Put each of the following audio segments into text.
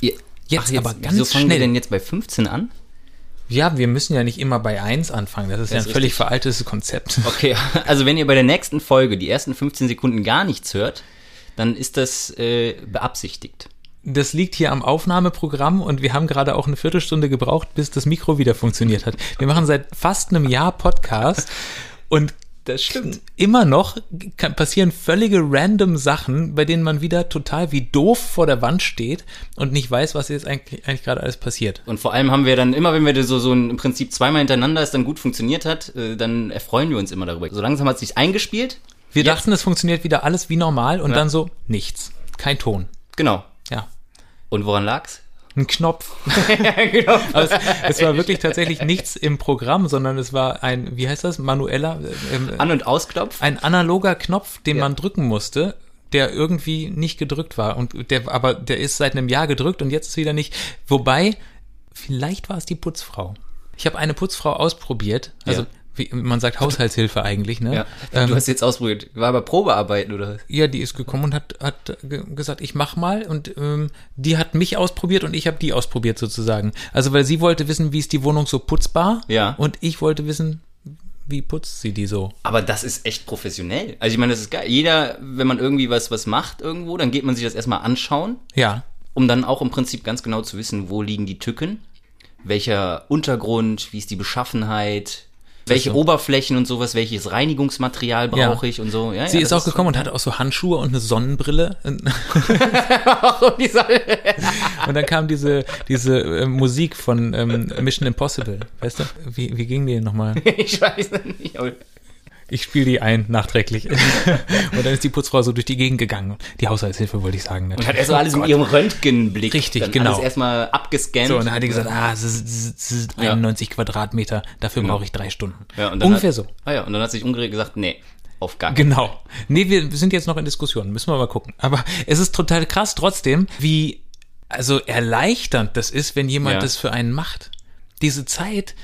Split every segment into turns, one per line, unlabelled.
Jetzt,
jetzt,
aber ganz
wieso fangen
schnell.
wir denn jetzt bei 15 an?
Ja, wir müssen ja nicht immer bei 1 anfangen. Das ist ja ein
ist
völlig
richtig.
veraltetes Konzept.
Okay, also wenn ihr bei der nächsten Folge die ersten 15 Sekunden gar nichts hört, dann ist das äh, beabsichtigt.
Das liegt hier am Aufnahmeprogramm und wir haben gerade auch eine Viertelstunde gebraucht, bis das Mikro wieder funktioniert hat. Wir machen seit fast einem Jahr Podcast und
Das
immer noch kann passieren völlige random Sachen, bei denen man wieder total wie doof vor der Wand steht und nicht weiß, was jetzt eigentlich, eigentlich gerade alles passiert.
Und vor allem haben wir dann immer, wenn wir so, so ein, im Prinzip zweimal hintereinander es dann gut funktioniert hat, äh, dann erfreuen wir uns immer darüber. So langsam hat es sich eingespielt.
Wir
Jetzt-
dachten, es funktioniert wieder alles wie normal und
Ja.
dann so nichts. Kein Ton.
Genau.
Ja.
Und woran lag's?
Ein Knopf.
genau.
Aber es, es war wirklich tatsächlich nichts im Programm, sondern es war ein, wie heißt das, manueller, ähm,
An- und Ausklopf.
ein analoger Knopf, den man drücken musste, der irgendwie nicht gedrückt war. Und der, aber der ist seit einem Jahr gedrückt und jetzt ist wieder nicht. Wobei, vielleicht war es die Putzfrau. Ich habe eine Putzfrau ausprobiert. Also
Ja.
wie, man sagt Haushaltshilfe eigentlich, ne?
Ja.
Ähm,
du hast jetzt ausprobiert. War aber Probearbeiten oder?
ja, die ist gekommen und hat, hat ge- gesagt, ich mach mal und ähm, die hat mich ausprobiert und ich habe die ausprobiert sozusagen. Also weil sie wollte wissen, wie ist die Wohnung so putzbar
Ja.
und ich wollte wissen, wie putzt sie die so.
Aber das ist echt professionell. Also ich meine, das ist geil. Jeder, wenn man irgendwie was, was macht irgendwo, dann geht man sich das erstmal anschauen,
Ja,
um dann auch im Prinzip ganz genau zu wissen, wo liegen die Tücken, welcher Untergrund, wie ist die Beschaffenheit, welche
so.
Oberflächen und sowas, welches Reinigungsmaterial
Ja.
brauche ich und so. Ja,
sie
ja,
ist
das
auch gekommen und hatte auch so Handschuhe und eine Sonnenbrille und dann kam diese diese äh, Musik von ähm, Mission Impossible, weißt du? Wie, wie ging die nochmal?
ich weiß nicht. aber-
Ich spiele die ein nachträglich und dann ist die Putzfrau so durch die Gegend gegangen. Die Haushaltshilfe wollte ich sagen.
Und hat erstmal alles mit ihrem Röntgenblick.
Oh Richtig,
dann
genau.
Alles erstmal abgescannt.
So, und dann hat die gesagt, ah, es ist- es ist- es ist
Ja. Genau.
91 Quadratmeter, dafür brauche ich drei Stunden.
ja, und dann
Ungefähr
hat,
so.
Ah ja, und dann hat sich umgedreht und gesagt, nee, auf gar keinen
Genau. Nee, wir sind jetzt noch in Diskussion, müssen wir mal gucken. Aber es ist total krass trotzdem, wie also erleichternd das ist, wenn jemand
Ja.
das für einen macht. Diese Zeit,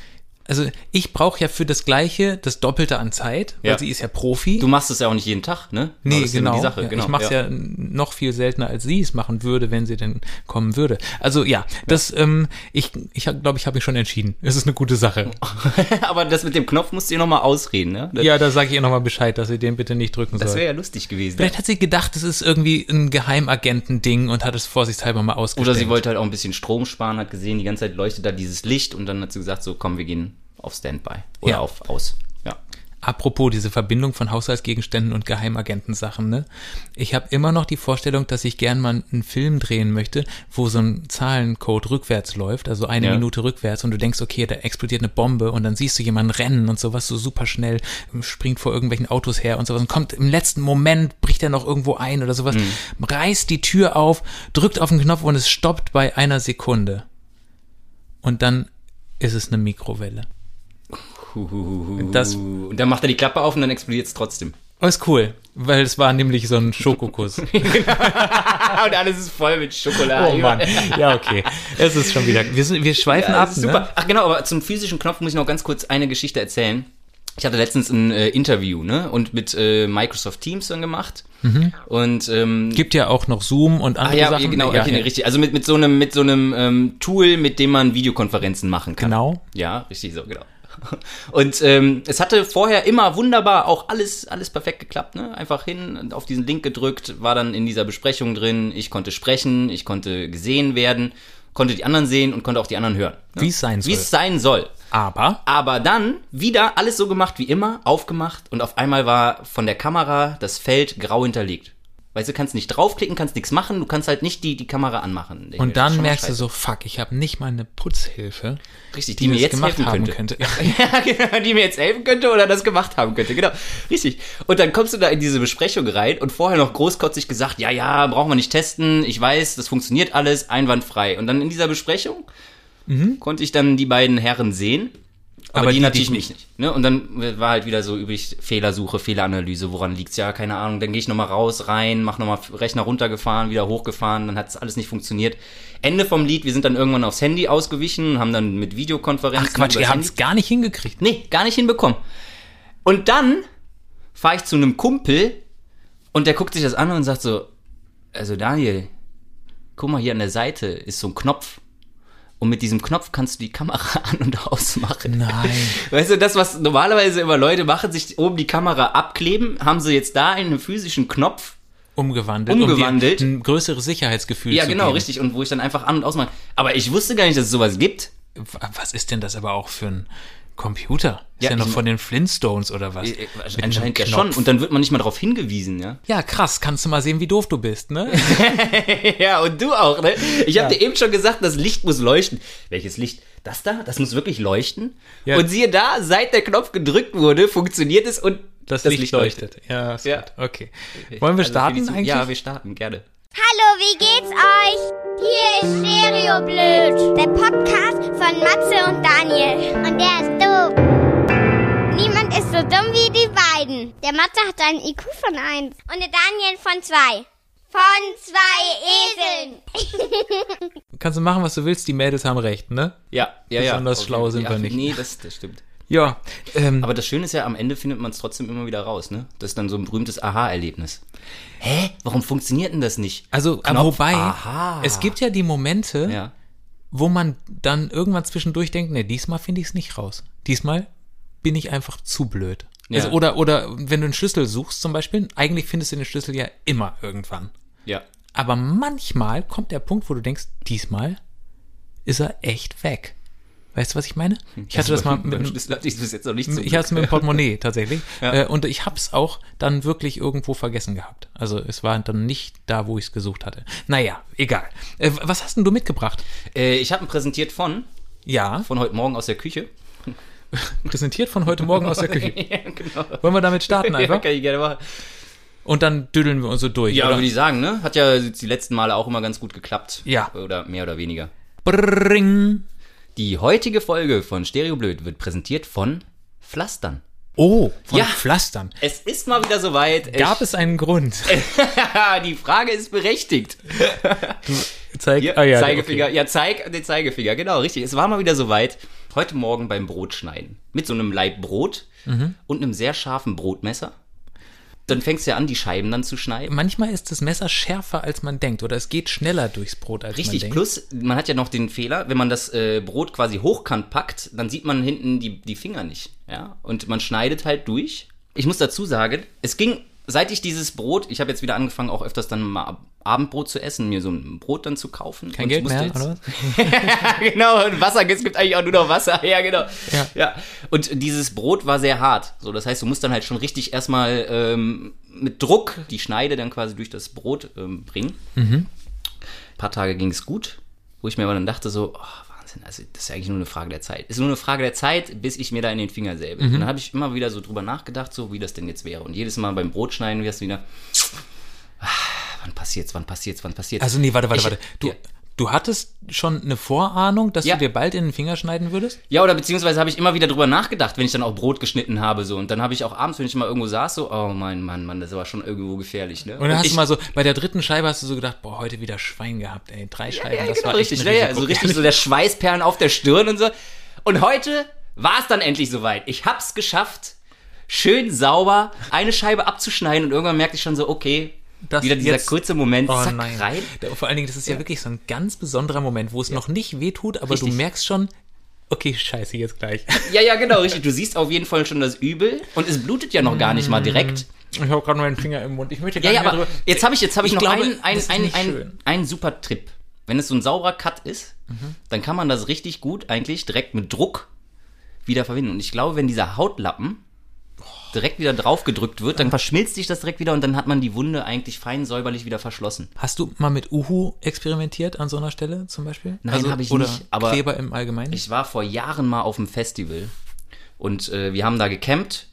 also ich brauche ja für das Gleiche das Doppelte an Zeit, weil
Ja.
sie ist ja Profi.
Du machst es ja auch nicht jeden Tag, ne?
Nee,
Das ist eben
genau.
Die Sache.
Ja,
genau.
Ich mache es ja. noch viel seltener, als sie es machen würde, wenn sie denn kommen würde. Also ja, das, ähm, ich glaube, ich, hab- glaub, ich habe mich schon entschieden. Es ist eine gute Sache.
Aber das mit dem Knopf musst du dir nochmal ausreden, ne? Das,
Ja, da sage ich ihr nochmal Bescheid, dass sie den bitte nicht drücken
das
soll.
wäre ja lustig gewesen.
Vielleicht hat sie gedacht, es ist irgendwie ein Geheimagentending und hat es vorsichtshalber mal ausgestellt.
Oder sie wollte halt auch ein bisschen Strom sparen, hat gesehen, die ganze Zeit leuchtet da dieses Licht und dann hat sie gesagt, so komm, wir gehen auf Standby. Oder
Ja.
auf aus. Ja.
Apropos diese Verbindung von Haushaltsgegenständen und Geheimagentensachen, ne? Ich habe immer noch die Vorstellung, dass ich gern mal einen Film drehen möchte, wo so ein Zahlencode rückwärts läuft, also eine
Ja.
Minute rückwärts und du denkst, okay, da explodiert eine Bombe und dann siehst du jemanden rennen und sowas so super schnell, springt vor irgendwelchen Autos her und sowas und kommt im letzten Moment, bricht er noch irgendwo ein oder sowas, reißt die Tür auf, drückt auf den Knopf und es stoppt bei einer Sekunde. Und dann ist es eine Mikrowelle.
Huhuhuhu.
Das-
und dann macht er die Klappe auf und dann explodiert es trotzdem.
Oh, ist cool, weil es war nämlich so ein Schokokuss.
Ah, und alles ist voll mit Schokolade.
Oh Mann, ja, okay. Es ist schon wieder. Wir, sind, wir schweifen
Ja,
ab.
das ist super.
Ne?
Ach genau, aber zum physischen Knopf muss ich noch ganz kurz eine Geschichte erzählen. Ich hatte letztens ein äh, Interview, ne? Und mit äh, Microsoft Teams dann gemacht.
Mhm.
Und ähm,
Gibt ja auch noch Zoom und
Ah
andere
ja,
Sachen.
genau,
ja,
okay, nee,
ja.
richtig. Also mit, mit so einem, mit so einem ähm, Tool, mit dem man Videokonferenzen machen kann.
Genau.
Ja, richtig so, genau. Und ähm, es hatte vorher immer wunderbar auch alles, alles perfekt geklappt, ne? Einfach hin, und auf diesen Link gedrückt, war dann in dieser Besprechung drin, ich konnte sprechen, ich konnte gesehen werden, konnte die anderen sehen und konnte auch die anderen hören. Ne?
Wie es sein
Wie
soll.
es sein soll.
Aber
Aber dann wieder alles so gemacht wie immer, aufgemacht und auf einmal war von der Kamera das Feld grau hinterlegt. Weißt du, kannst nicht draufklicken, kannst nichts machen, du kannst halt nicht die, die Kamera anmachen.
und dann merkst du so, fuck, ich habe nicht mal eine Putzhilfe,
richtig, die,
die,
mir
mir das
jetzt
gemacht
helfen
haben
könnte.
könnte.
Ja, genau, die mir jetzt helfen könnte oder das gemacht haben könnte, genau. Richtig. Und dann kommst du da in diese Besprechung rein und vorher noch großkotzig gesagt, ja, ja, brauchen wir nicht testen, ich weiß, das funktioniert alles, einwandfrei. Und dann in dieser Besprechung konnte ich dann die beiden Herren sehen. Aber,
Mhm. Aber
die,
die
natürlich
dich
mich nicht. Ne? Und dann war halt wieder so übrig Fehlersuche, Fehleranalyse, woran liegt's? Ja, keine Ahnung. Dann gehe ich nochmal raus, rein, mach nochmal Rechner runtergefahren, wieder hochgefahren, dann hat's alles nicht funktioniert. Ende vom Lied, wir sind dann irgendwann aufs Handy ausgewichen, haben dann mit Videokonferenzen.
Ach Quatsch,
übers
ihr habt
Handy-
es gar nicht hingekriegt.
Nee, gar nicht hinbekommen. Und dann fahre ich zu einem Kumpel und der guckt sich das an und sagt so, also Daniel, guck mal, hier an der Seite ist so ein Knopf. Und mit diesem Knopf kannst du die Kamera an- und ausmachen.
Nein.
Weißt du, das, was normalerweise immer Leute machen, sich oben die Kamera abkleben, haben sie jetzt da einen physischen Knopf.
Umgewandelt.
Umgewandelt.
Um dir ein größeres Sicherheitsgefühl
Ja,
zu
genau,
geben.
richtig. Und wo ich dann einfach an- und ausmache. Aber ich wusste gar nicht, dass es sowas gibt.
Wa- Was ist denn das aber auch für ein Computer? Ist
Ja,
ja, noch
ich-
von den Flintstones oder was?
Äh,
Mit einem
Anscheinend ja
Knopf.
schon. Und dann wird man nicht mal darauf hingewiesen, ja.
Ja, krass. Kannst du mal sehen, wie doof du bist, ne?
Ja, und du auch, ne? Ich habe dir eben schon gesagt, das Licht muss leuchten. Welches Licht? Das da? Das muss wirklich leuchten?
Ja.
Und siehe da, seit der Knopf gedrückt wurde, funktioniert es und
Das, Licht, leuchtet. Ja, ist
Ja.
gut. Okay. Wollen wir
Also
starten
finde ich so-
eigentlich?
Ja, wir starten, gerne.
Hallo, wie geht's euch? Hier ist Stereo Blöd. Der Podcast von Matze und Daniel. Und der ist doof. Niemand ist so dumm wie die beiden. Der Matze hat einen IQ von 1 und der Daniel von 2. Von zwei Eseln.
Kannst du machen, was du willst. Die Mädels haben recht, ne?
Ja, ja, ja.
Besonders schlau sind
ja,
wir nicht.
Nee, das, das stimmt.
Ja. Ähm,
Aber das Schöne ist ja, am Ende findet man es trotzdem immer wieder raus, ne? Das ist dann so ein berühmtes Aha-Erlebnis. Hä? Warum funktioniert denn das nicht?
also, aber
Knopf,
wobei,
aha.
es gibt ja die Momente,
Ja.
wo man dann irgendwann zwischendurch denkt, nee, diesmal finde ich es nicht raus. Diesmal bin ich einfach zu blöd.
Ja.
Also, oder, oder wenn du einen Schlüssel suchst zum Beispiel, eigentlich findest du den Schlüssel ja immer irgendwann.
Ja.
Aber manchmal kommt der Punkt, wo du denkst, diesmal ist er echt weg. Weißt du, was ich meine?
Hm,
Ich hatte das mal mit,
Beim
einem-
Schlüssel hatte ich bis jetzt noch nicht so
ich hatte es mit dem
Glück.
Portemonnaie tatsächlich. Äh, und ich habe es auch dann wirklich irgendwo vergessen gehabt. Also es war dann nicht da, wo ich es gesucht hatte. Naja, egal. Äh, was hast denn du mitgebracht?
äh, Ich habe ihn präsentiert von,
Ja,
von heute Morgen aus der Küche.
präsentiert von heute Morgen aus der Küche.
ja, genau.
Wollen wir damit starten
Ja,
einfach?
kann ich gerne machen.
Und dann düdeln wir uns so durch.
Ja,
oder?
würde ich sagen, ne? Hat ja die letzten Male auch immer ganz gut geklappt.
Ja.
Oder mehr oder weniger.
Brrring.
Die heutige Folge von Stereo Blöd wird präsentiert von Pflastern.
Oh, von
Ja.
Pflastern.
Es ist mal wieder soweit.
Gab es einen Grund?
Äh, die Frage ist berechtigt.
Zeig,
Ja,
ah, ja,
Zeigefinger. Ja, zeig den Zeigefinger. Genau, richtig. Es war mal wieder soweit. Heute Morgen beim Brotschneiden. Mit so einem Laib Brot
Mhm.
und einem sehr scharfen Brotmesser. Dann fängst du ja an, die Scheiben dann zu schneiden.
Manchmal ist das Messer schärfer, als man denkt. Oder es geht schneller durchs Brot, als man
Richtig,
denkt.
plus man hat ja noch den Fehler, wenn man das äh, Brot quasi hochkant packt, dann sieht man hinten die, die Finger nicht. Ja? Und man schneidet halt durch. Ich muss dazu sagen, es ging, seit ich dieses Brot, ich habe jetzt wieder angefangen, auch öfters dann mal Ab- Abendbrot zu essen, mir so ein Brot dann zu kaufen.
Kein
Und
Geld
musste
mehr,
jetzt-
oder was?
genau, und Wasser, es gibt eigentlich auch nur noch Wasser, ja, genau.
Ja.
Ja. Und dieses Brot war sehr hart. So, das heißt, du musst dann halt schon richtig erstmal ähm, mit Druck die Schneide dann quasi durch das Brot ähm, bringen.
Mhm.
Ein paar Tage ging es gut, wo ich mir aber dann dachte so, oh, Wahnsinn, also das ist ja eigentlich nur eine Frage der Zeit. Ist nur eine Frage der Zeit, bis ich mir da in den Finger säbe.
Mhm.
Und dann habe ich immer wieder so drüber nachgedacht, so wie das denn jetzt wäre. Und jedes Mal beim Brotschneiden wirst du wieder, ah, wann passiert's, wann passiert's, wann passiert's.
Also nee, warte, warte,
Ich-
warte. Du,
Ja.
du hattest schon eine Vorahnung, dass
Ja.
du dir bald in den Finger schneiden würdest?
Ja, oder beziehungsweise habe ich immer wieder drüber nachgedacht, wenn ich dann auch Brot geschnitten habe so. Und dann habe ich auch abends, wenn ich mal irgendwo saß, so, oh mein Mann, Mann, das war schon irgendwo gefährlich, ne?
Und dann hast
ich,
du mal so, bei der dritten Scheibe hast du so gedacht, boah, heute wieder Schwein gehabt, ey. Drei Scheiben,
ja,
das
genau,
war echt
richtig,
ein
ja, ja, so
Risiko.
richtig so der Schweißperlen auf der Stirn und so. Und heute war es dann endlich soweit. Ich hab's geschafft, schön sauber eine Scheibe abzuschneiden und irgendwann merkte ich schon so, okay,
Das
wieder dieser
jetzt-
kurze Moment,
Oh
zack,
nein.
rein.
Da- Vor allen Dingen, das ist ja, wirklich so ein ganz besonderer Moment, wo es noch nicht weh tut, aber du
Richtig.
merkst schon, okay, scheiße, jetzt gleich.
Ja, ja, genau, richtig. Du siehst auf jeden Fall schon das Übel und es blutet ja
Mm.
noch gar nicht mal direkt.
Ich habe gerade meinen Finger im Mund. Ich möchte gar
Ja, ja,
nicht mehr
aber
drüber.
jetzt habe ich, jetzt hab ich,
Ich
noch
glaube,
einen, einen,
das ist
einen,
nicht schön.
einen, einen super Tipp. Wenn es so ein sauberer Cut ist, dann kann man das richtig gut eigentlich direkt mit Druck wieder verwenden. Und ich glaube, wenn dieser Hautlappen direkt wieder drauf gedrückt wird, dann verschmilzt sich das direkt wieder und dann hat man die Wunde eigentlich fein säuberlich wieder verschlossen.
Hast du mal mit Uhu experimentiert an so einer Stelle zum Beispiel? Also,
Nein, habe ich
oder
nicht, aber-
Kleber im Allgemeinen?
Ich war vor Jahren mal auf einem Festival und äh, wir haben da gecampt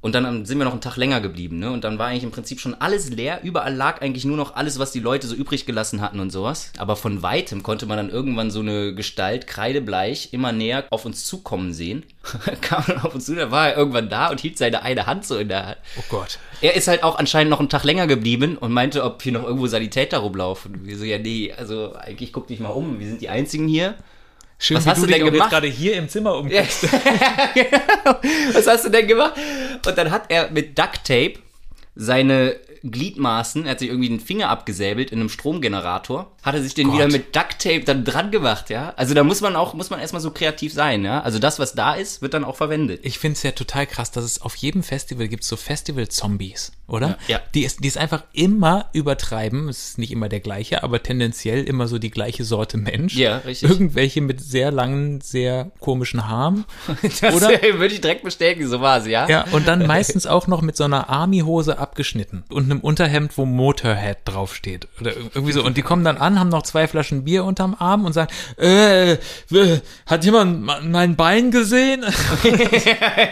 und dann am- sind wir noch einen Tag länger geblieben, ne? Und dann war eigentlich im Prinzip schon alles leer. Überall lag eigentlich nur noch alles, was die Leute so übrig gelassen hatten und sowas. Aber von weitem konnte man dann irgendwann so eine Gestalt, kreidebleich, immer näher auf uns zukommen sehen. Kam dann auf uns zu, da war er irgendwann da und hielt seine eine Hand so in der Hand.
oh Gott.
Er ist halt auch anscheinend noch einen Tag länger geblieben und meinte, ob hier noch irgendwo Sanitäter rumlaufen. Und wir so, ja, nee, also eigentlich guck dich mal um. Wir sind die Einzigen hier.
Schön,
Was
wie
hast du
du dich
denn
auch jetzt
gemacht?
gerade hier im Zimmer um.
Ja, genau. Was hast du denn gemacht? Und dann hat er mit Duct Tape seine Gliedmaßen, er hat sich irgendwie den Finger abgesäbelt in einem Stromgenerator, hatte sich den wieder mit Duct Tape dann dran gemacht, ja. Also da muss man auch, muss man erstmal so kreativ sein, ja. Also das, was da ist, wird dann auch verwendet.
Ich finde es ja total krass, dass es auf jedem Festival gibt so Festival-Zombies, oder?
Ja. Ja.
Die, es, die es einfach immer übertreiben. Es ist nicht immer der gleiche, aber tendenziell immer so die gleiche Sorte Mensch.
Ja, richtig.
Irgendwelche mit sehr langen, sehr komischen Haaren.
Das
Oder?
würde ich direkt bestätigen, so war es, ja.
Ja, und dann meistens auch noch mit so einer Army-Hose abgeschnitten und einem Unterhemd, wo Motorhead draufsteht. Oder ir- irgendwie so. Und die kommen dann an, haben noch zwei Flaschen Bier unterm Arm und sagen, äh, w- hat jemand ma- mein Bein gesehen?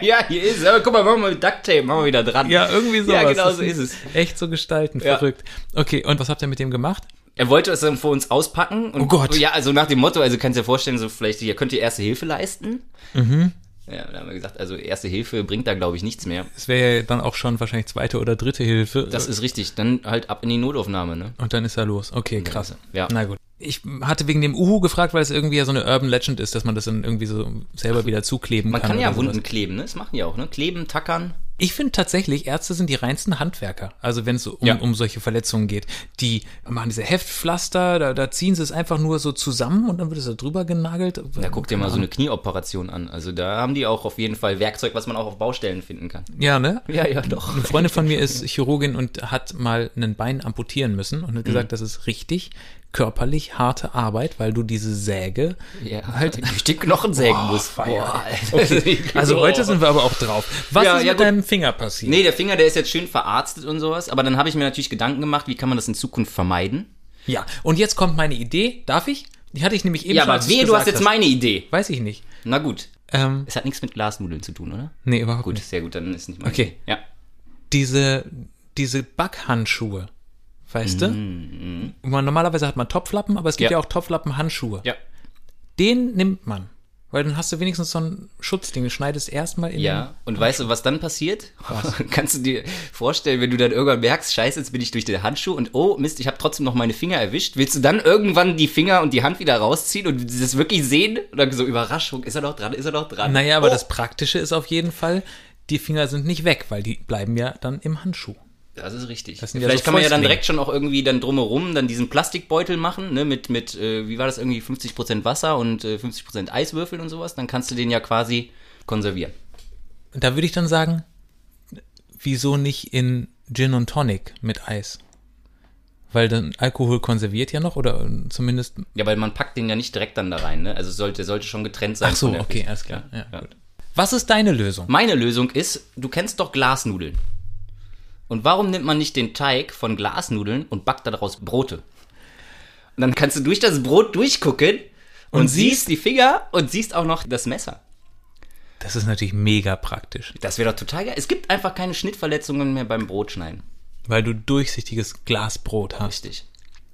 Ja, hier ist es. Aber guck mal, machen wir mit Duct Tape, machen wir wieder dran.
Ja, irgendwie sowas.
Ja, genau
Das
so ist es.
Echt so gestalten,
Ja.
verrückt. Okay, und was habt ihr mit dem gemacht?
Er wollte es dann vor uns auspacken. Und
Oh Gott.
Ja, also nach dem Motto, also kannst du dir vorstellen, so vielleicht, hier könnt ihr erste Hilfe leisten. Mhm. Ja, da haben wir gesagt, also erste Hilfe bringt da, glaube ich, nichts mehr.
Es wäre ja dann auch schon wahrscheinlich zweite oder dritte Hilfe.
Das ist richtig. Dann halt ab in die Notaufnahme, ne?
Und dann ist er los. Okay, krass.
Ja.
Na gut. Ich hatte wegen dem Uhu gefragt, weil es irgendwie ja so eine Urban Legend ist, dass man das dann irgendwie so selber wieder zukleben
Man
kann.
kann ja
oder sowas.
Wunden kleben, ne? Das machen die auch, ne? Kleben, tackern.
Ich finde tatsächlich, Ärzte sind die reinsten Handwerker. Also wenn es so um,
Ja.
um solche Verletzungen geht. Die machen diese Heftpflaster, da, da ziehen sie es einfach nur so zusammen und dann wird es da drüber genagelt.
Da guck dir mal so eine Knieoperation an. Also da haben die auch auf jeden Fall Werkzeug, was man auch auf Baustellen finden kann.
Ja, ne?
Ja, ja, doch.
Eine Freundin von mir ist Chirurgin und hat mal ein Bein amputieren müssen und
Mhm.
hat gesagt, das ist richtig körperlich harte Arbeit, weil du diese Säge
Ja, halt. Durch die Knochen sägen muss. Boah, okay.
Also heute sind wir aber auch drauf. Was
Oh. Ja,
ist
ja,
mit
gut.
deinem Finger passiert?
Nee, der Finger, der ist jetzt schön verarztet und sowas, aber dann habe ich mir natürlich Gedanken gemacht, wie kann man das in Zukunft vermeiden?
Ja, und jetzt kommt meine Idee. Darf ich? Die hatte ich nämlich eben
Ja,
schon,
aber
als
wehe, du
gesagt
hast jetzt
hast.
meine Idee.
Weiß ich nicht.
Na gut.
Ähm,
Es hat nichts mit Glasnudeln zu tun, oder?
nee, überhaupt
Gut,
nicht.
sehr gut, dann ist nicht meine
Okay.
Idee. Ja.
Diese, diese Backhandschuhe, weißt du? Man, normalerweise hat man Topflappen, aber es gibt
Ja.
Mhm. ja, auch Topflappenhandschuhe.
Ja.
Den nimmt man. Weil dann hast du wenigstens so ein Schutzding. Du schneidest erstmal in
Ja, und weißt du, was dann passiert? Kannst du dir vorstellen, wenn du dann irgendwann merkst, scheiße, jetzt bin ich durch den Handschuh und oh, Mist, ich habe trotzdem noch meine Finger erwischt. Willst du dann irgendwann die Finger und die Hand wieder rausziehen und das wirklich sehen? Und dann so Überraschung, ist er noch dran, ist er noch dran?
den. Naja, aber
oh,
das Praktische ist auf jeden Fall, die Finger sind nicht weg, weil die bleiben ja dann im Handschuh.
Das ist richtig.
sind ja
Vielleicht
so
kann man ja dann
Fäustlinge.
direkt schon auch irgendwie dann drumherum dann diesen Plastikbeutel machen, ne, mit, mit äh, wie war das irgendwie, 50% Wasser und äh, 50% Eiswürfeln und sowas. Dann kannst du den ja quasi konservieren.
Und Da würde ich dann sagen, wieso nicht in Gin und Tonic mit Eis? Weil dann Alkohol konserviert ja noch oder äh, zumindest.
Ja, weil man packt den ja nicht direkt dann da rein, ne? Also sollte, sollte schon getrennt sein.
Ach so,
von der
okay,
Fläche.
alles klar. Ja,
ja.
Gut. Was ist deine Lösung?
Meine Lösung ist, du kennst doch Glasnudeln. Und warum nimmt man nicht den Teig von Glasnudeln und backt daraus Brote? Und dann kannst du durch das Brot durchgucken und,
Und
siehst die Finger und siehst auch noch das Messer.
Das ist natürlich mega praktisch,
Das wäre doch total geil. Es gibt einfach keine Schnittverletzungen mehr beim Brotschneiden.
weil du durchsichtiges Glasbrot hast.
Richtig.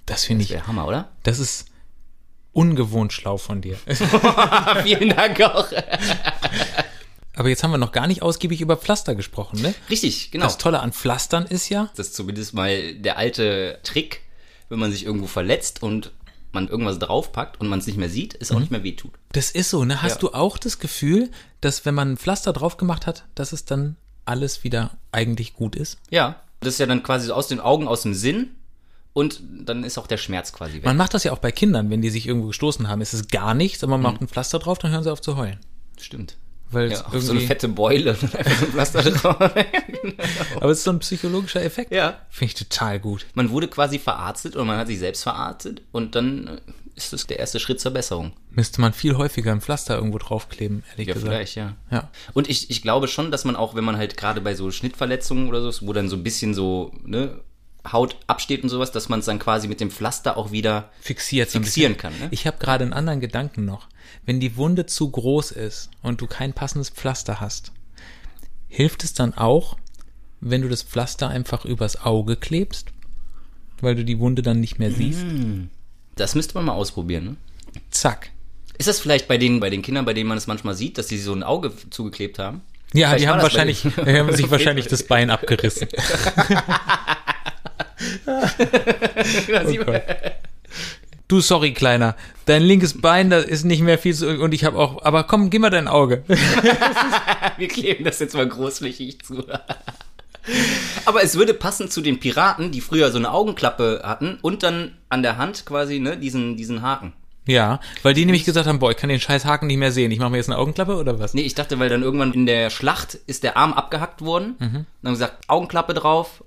Das finde ich,
Wäre Hammer, oder?
das ist ungewohnt schlau von dir.
Vielen Dank auch.
Aber jetzt haben wir noch gar nicht ausgiebig über Pflaster gesprochen, ne?
Richtig, genau.
Das Tolle an Pflastern ist ja,
das ist zumindest mal der alte Trick, wenn man sich irgendwo verletzt und man irgendwas draufpackt und man es nicht mehr sieht, es auch nicht mehr wehtut.
Das ist so, ne? Hast
Ja.
du auch das Gefühl, dass wenn man ein Pflaster drauf gemacht hat, dass es dann alles wieder eigentlich gut ist?
Ja. Das ist ja dann quasi so aus den Augen, aus dem Sinn und dann ist auch der Schmerz quasi weg.
Man macht das ja auch bei Kindern, wenn die sich irgendwo gestoßen haben. Es ist gar nichts,
Mhm.
aber man macht ein Pflaster drauf, dann hören sie auf zu heulen.
Stimmt.
Weil es
Ja, auch
irgendwie,
so eine fette Beule und dann einfach so ein Pflaster drauf.
aber es ist so ein psychologischer Effekt.
Ja.
Finde ich total gut.
Man wurde quasi verarztet oder man hat sich selbst verarztet und dann äh, ist das der erste Schritt zur Besserung.
Müsste man viel häufiger ein Pflaster irgendwo draufkleben, ehrlich
Ja,
gesagt.
vielleicht, ja.
Ja.
Und ich, ich glaube schon, dass man auch, wenn man halt gerade bei so Schnittverletzungen oder so, ist, wo dann so ein bisschen so, ne, Haut absteht und sowas, dass man es dann quasi mit dem Pflaster auch wieder.
Fixiert. so ein
Fixieren
bisschen.
kann, ne?
Ich habe gerade einen anderen Gedanken noch. Wenn die Wunde zu groß ist und du kein passendes Pflaster hast, hilft es dann auch, wenn du das Pflaster einfach übers Auge klebst, weil du die Wunde dann nicht mehr siehst?
Mhm. Das müsste man mal ausprobieren, ne?
Zack.
Ist das vielleicht bei den, bei den Kindern, bei denen man es manchmal sieht, dass die so ein Auge f- zugeklebt haben?
Ja,
Vielleicht
die
war
haben
das bei
wahrscheinlich,
denen.
die haben sich wahrscheinlich das Bein abgerissen. Oh
Da sieht man-
Du, sorry, Kleiner. Dein linkes Bein, da ist nicht mehr viel zu, und ich habe auch, aber komm, gib mal dein Auge.
Wir kleben das jetzt mal großflächig zu. Aber es würde passen zu den Piraten, die früher so eine Augenklappe hatten und dann an der Hand quasi, ne, diesen, diesen Haken.
Ja, weil die nämlich gesagt haben, boah, ich kann den scheiß Haken nicht mehr sehen. Ich mache mir jetzt eine Augenklappe oder was?
Nee, ich dachte, weil dann irgendwann in der Schlacht ist der Arm abgehackt worden.
Mhm.
Dann haben gesagt, Augenklappe drauf.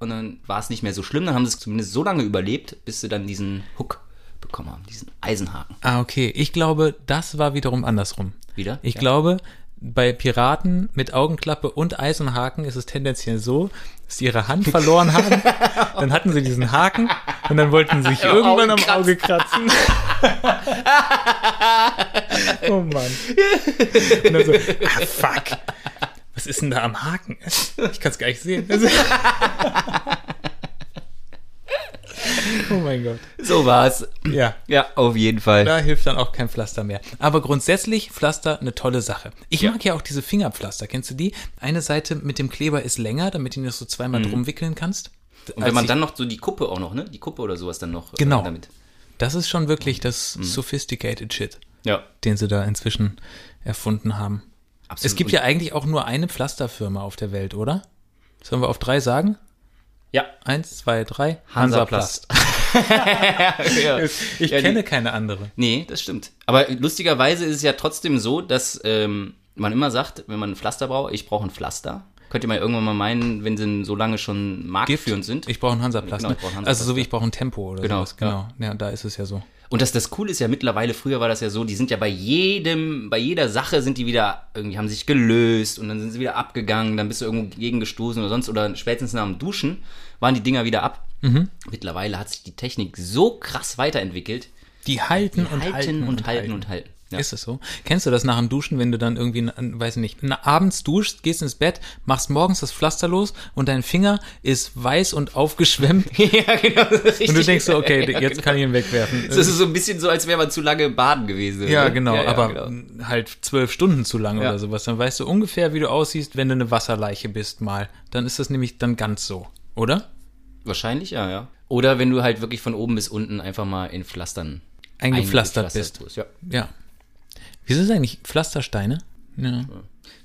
Und dann war es nicht mehr so schlimm. Dann haben sie es zumindest so lange überlebt, bis sie dann diesen Hook bekommen haben, diesen Eisenhaken.
Ah, okay. Ich glaube, das war wiederum andersrum.
Wieder?
Ich
Ja.
glaube, bei Piraten mit Augenklappe und Eisenhaken ist es tendenziell so, dass sie ihre Hand verloren haben, dann hatten sie diesen Haken und dann wollten sie sich irgendwann am Auge kratzen. oh Mann. Und dann so, ah, fuck. Was ist denn da am Haken? Ich kann es gar nicht sehen. oh mein Gott.
So war's.
Ja.
Ja, auf jeden Fall.
Da hilft dann auch kein Pflaster mehr. Aber grundsätzlich Pflaster eine tolle Sache. Ich mag ja auch diese Fingerpflaster. Kennst du die? Eine Seite mit dem Kleber ist länger, damit du ihn das so zweimal drum wickeln kannst.
Mhm. Und wenn man dann noch so die Kuppe auch noch, ne? Die Kuppe oder sowas dann noch. äh,
Genau.
Damit.
Das ist schon wirklich das
Mhm.
sophisticated Shit,
Ja.
den sie da inzwischen erfunden haben.
Absolut.
Es gibt ja eigentlich auch nur eine Pflasterfirma auf der Welt, oder? Sollen wir auf drei sagen?
Ja.
Eins, zwei, drei.
Hansaplast. ja.
Ich
Ja, die-
kenne keine andere.
Nee, das stimmt. Aber lustigerweise ist es ja trotzdem so, dass ähm, man immer sagt, wenn man ein Pflaster braucht, ich brauche ein Pflaster. Könnt ihr mal irgendwann mal meinen, wenn sie so lange schon marktführend sind.
Ich brauche einen Hansaplast.
Genau,
ne?
ich brauche einen
Also so
Hansaplast,
wie ich brauche ein Tempo oder
Genau,
sowas. Genau. Ja, da ist es ja so.
Und das, das Coole ist ja mittlerweile, früher war das ja so, die sind ja bei jedem, bei jeder Sache sind die wieder, irgendwie haben sich gelöst und dann sind sie wieder abgegangen, dann bist du irgendwo gegengestoßen oder sonst, oder spätestens nach dem Duschen waren die Dinger wieder ab.
Mhm.
Mittlerweile hat sich die Technik so krass weiterentwickelt.
Die halten, und
halten, und halten und halten. Ja.
Ist es so? Kennst du das nach dem Duschen, wenn du dann irgendwie, n- n- weiß nicht, n- abends duschst, gehst ins Bett, machst morgens das Pflaster los und dein Finger ist weiß und aufgeschwemmt
ja, genau.
und du denkst so, okay, d- jetzt kann Also ich ihn wegwerfen.
Das ist so ein bisschen so, als wäre man zu lange baden gewesen.
ja,
oder?
genau, aber
genau.
m, halt zwölf Stunden zu lang
Ja.
oder sowas. Dann weißt du ungefähr, wie du aussiehst, wenn du eine Wasserleiche bist mal. Dann ist das nämlich dann ganz so, oder?
Wahrscheinlich, ja, ja. Oder wenn du halt wirklich von oben bis unten einfach mal in Pflastern
Eingepflastert bist.
eingepflastert wurdest, Ja.
Ja. Wieso ist eigentlich Pflastersteine? Ja.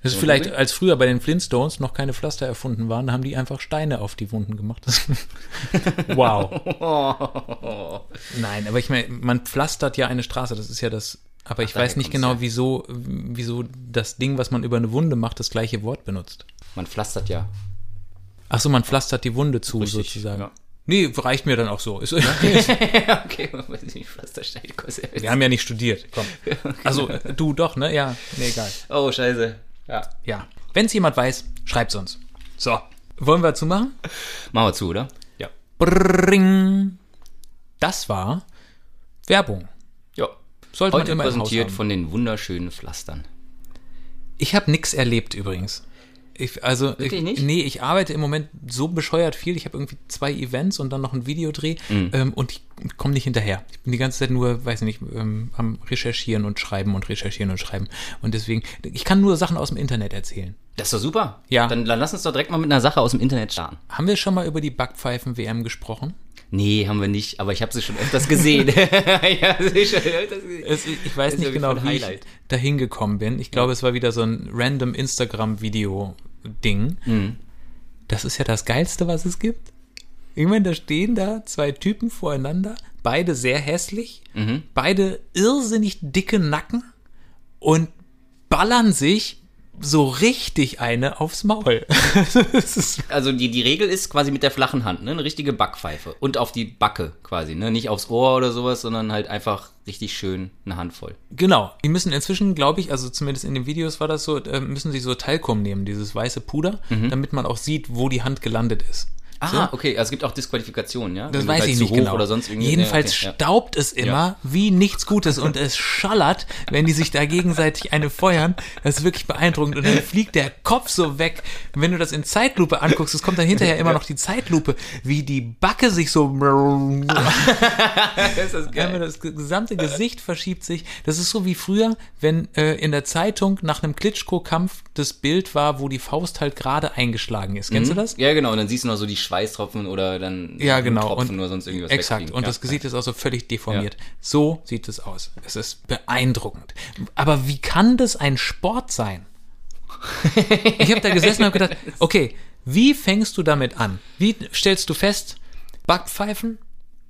Das ist vielleicht, als früher bei den Flintstones noch keine Pflaster erfunden waren, haben die einfach Steine auf die Wunden gemacht. wow.
Oh.
Nein, aber ich meine, man pflastert ja eine Straße, das ist ja das. Aber ich
daher
weiß nicht
kommt's,
genau,
ja.
wieso, wieso das Ding, was man über eine Wunde macht, das gleiche Wort benutzt.
Man pflastert ja.
Ach so, man pflastert die Wunde zu,
Richtig,
sozusagen.
ja.
Nee, reicht mir dann auch so. Ist,
okay, man weiß nicht, Pflastersteine kostet.
Wir haben ja nicht studiert. Komm. Also, du doch, ne? Ja, nee, egal.
Oh, scheiße. Ja.
Ja. Wenn es jemand weiß, schreibt's uns. So. Wollen wir dazu machen?
Machen wir zu, oder? Ja.
Bring. Das war Werbung.
Ja.
Sollte
Heute
man immer
präsentiert
im Haus haben.
von den wunderschönen Pflastern.
Ich habe nix erlebt übrigens. Ich, also, ich,
Wirklich nicht?
nee, ich arbeite im Moment so bescheuert viel. Ich habe irgendwie zwei Events und dann noch ein Videodreh
Mhm.
ähm, und ich komme nicht hinterher. Ich bin die ganze Zeit nur, weiß nicht, ähm, am Recherchieren und Schreiben und Recherchieren und Schreiben. Und deswegen, ich kann nur Sachen aus dem Internet erzählen.
Das ist doch super.
Ja.
Dann, dann lass uns doch direkt mal mit einer Sache aus dem Internet starten.
Haben wir schon mal über die Backpfeifen-WM gesprochen?
Nee, haben wir nicht, aber ich habe sie schon öfters gesehen. ja, sie schon öfters gesehen.
Es, ich
Das
weiß
ist
nicht
irgendwie
genau,
ein
wie ich
Highlight.
da hingekommen bin. Ich glaube, es war wieder so ein random Instagram-Video-Ding.
Mhm.
Das ist ja das Geilste, was es gibt. Ich meine, da stehen da zwei Typen voreinander, beide sehr hässlich,
Mhm.
beide irrsinnig dicke Nacken und ballern sich so richtig eine aufs Maul. das ist
Also die, die Regel ist quasi mit der flachen Hand, ne? Eine richtige Backpfeife. Und auf die Backe quasi, ne? Nicht aufs Ohr oder sowas, sondern halt einfach richtig schön eine Handvoll.
Genau, die müssen inzwischen, glaube ich, also zumindest in den Videos war das so, äh, müssen sie so Talcum nehmen, dieses weiße Puder,
Mhm.
damit man auch sieht, wo die Hand gelandet ist.
Ah, okay, also es gibt auch Disqualifikationen, ja?
Das
Wenn du
weiß
halt
ich
zu
nicht
hoch
genau.
Oder sonst irgendwie, ne,
Jedenfalls
ja, okay, ja.
staubt es immer wie nichts Gutes und es schallert, wenn die sich da gegenseitig eine feuern. Das ist wirklich beeindruckend. Und dann fliegt der Kopf so weg. Und wenn du das in Zeitlupe anguckst, es kommt dann hinterher immer noch die Zeitlupe, wie die Backe sich so
Ist das geil?
Einmal das ge- gesamte Gesicht verschiebt sich. Das ist so wie früher, wenn äh, in der Zeitung nach einem Klitschko-Kampf das Bild war, wo die Faust halt gerade eingeschlagen ist. Kennst du das?
Ja, genau. Und dann siehst du noch so die Schweißtropfen oder dann
Ja, genau.
Tropfen
Und-
oder sonst irgendwas.
Exakt.
wegfliegen.
Und
ja.
das Gesicht ist auch so völlig deformiert. So sieht es aus. Es ist beeindruckend. Aber wie kann das ein Sport sein? Ich habe da gesessen und habe gedacht, okay, Wie fängst du damit an? Wie stellst du fest, Backpfeifen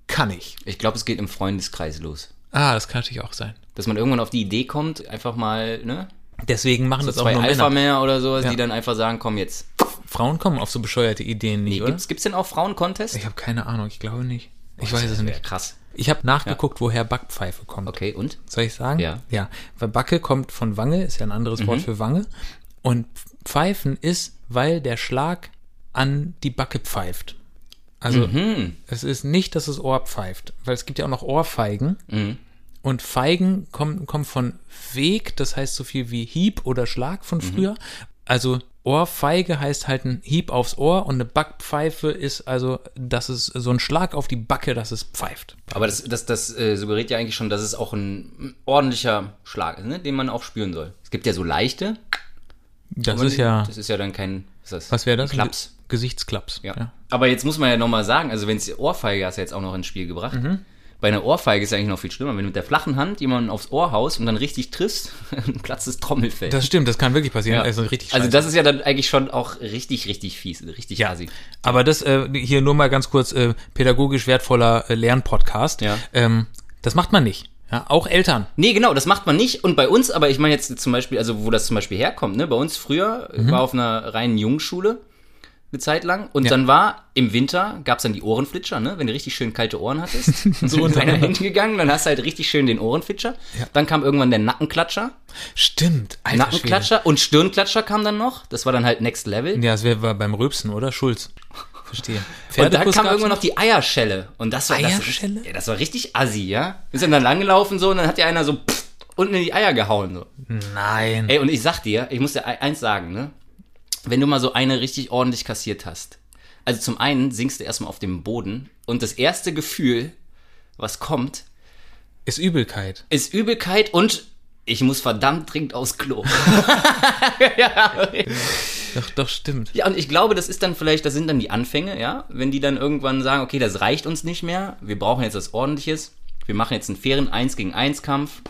kann ich?
Ich glaube, es geht im Freundeskreis los.
Ah, das kann natürlich auch sein.
Dass man irgendwann auf die Idee kommt, einfach mal, ne?
Deswegen machen das auch
Zwei
nur
Alpha
Männer.
mehr oder sowas,
Ja.
die dann einfach sagen, komm jetzt.
Frauen kommen auf so bescheuerte Ideen nicht,
Nee,
oder?
gibt's, gibt's denn auch Frauen-Contest?
Ich habe keine Ahnung, ich glaube nicht. Ich weiß es
Das wär
nicht.
Krass.
Ich habe nachgeguckt, woher Backpfeife kommt.
Okay, und?
Soll ich sagen?
Ja. Mhm.
Ja. Weil Backe kommt von Wange, ist ja ein anderes Wort für Wange. Und Pfeifen ist, weil der Schlag an die Backe pfeift. Also
Mhm.
es ist nicht, dass das Ohr pfeift, weil es gibt ja auch noch Ohrfeigen.
Mhm.
Und Feigen kommt, kommt von Weg, das heißt so viel wie Hieb oder Schlag
Mhm.
von früher. Also Ohrfeige heißt halt ein Hieb aufs Ohr und eine Backpfeife ist also, dass es so ein Schlag auf die Backe, dass es pfeift.
Aber das, das, das äh, suggeriert ja eigentlich schon, dass es auch ein ordentlicher Schlag ist, ne? den man auch spüren soll. Es gibt ja so leichte.
Das
aber
ist ja.
Das ist ja dann kein. Was, ist das?
Was wäre das?
Ein Klaps.
Ge- Gesichtsklaps.
Ja. Aber jetzt muss man ja nochmal sagen, also wenn es Ohrfeige hast du jetzt auch noch ins Spiel gebracht.
Mhm.
Bei einer Ohrfeige ist es eigentlich noch viel schlimmer, wenn du mit der flachen Hand jemanden aufs Ohr haust und dann richtig triffst, dann platzt das Trommelfell.
Das stimmt, das kann wirklich passieren.
ja.
Also richtig
also
scheiße.
das ist ja dann eigentlich schon auch richtig, richtig fies, richtig
ja,
assi.
aber das äh, hier nur mal ganz kurz äh, pädagogisch wertvoller äh, Lernpodcast.
Ja.
Ähm, das macht man nicht. Ja, auch Eltern.
Nee, genau, das macht man nicht. Und bei uns, aber ich meine jetzt zum Beispiel, also wo das zum Beispiel herkommt, ne? Bei uns früher
Mhm.
ich war auf einer reinen Jungenschule eine Zeit lang und dann war im Winter gab's dann die Ohrenflitscher, ne? Wenn du richtig schön kalte Ohren hattest, so
Genau.
unter einer hingegangen, dann hast du halt richtig schön den Ohrenflitscher. Dann kam irgendwann der Nackenklatscher,
Stimmt. Alter
Nackenklatscher und Stirnklatscher kam dann noch. Das war dann halt Next Level.
Schwede. Ja, das wäre beim Rülpsen, oder? Schulz. Verstehe.
Und dann
Pferdekuss
kam
gab's
irgendwann noch die Eierschelle. Und das war
Eierschelle?
Das, ja, das war richtig assi, ja. Wir sind dann langgelaufen so und dann hat dir einer so pff, unten in die Eier gehauen so.
Nein.
Ey, und ich sag dir, ich muss dir e- eins sagen, ne? Wenn du mal so eine richtig ordentlich kassiert hast. Also zum einen sinkst du erstmal auf dem Boden und das erste Gefühl, was kommt,
Ist Übelkeit.
ist Übelkeit und ich muss verdammt dringend aufs Klo.
Doch, doch, stimmt.
Ja, und ich glaube, das ist dann vielleicht, das sind dann die Anfänge, ja? Wenn die dann irgendwann sagen, okay, das reicht uns nicht mehr, wir brauchen jetzt was ordentliches, wir machen jetzt einen fairen 1 gegen 1 Kampf.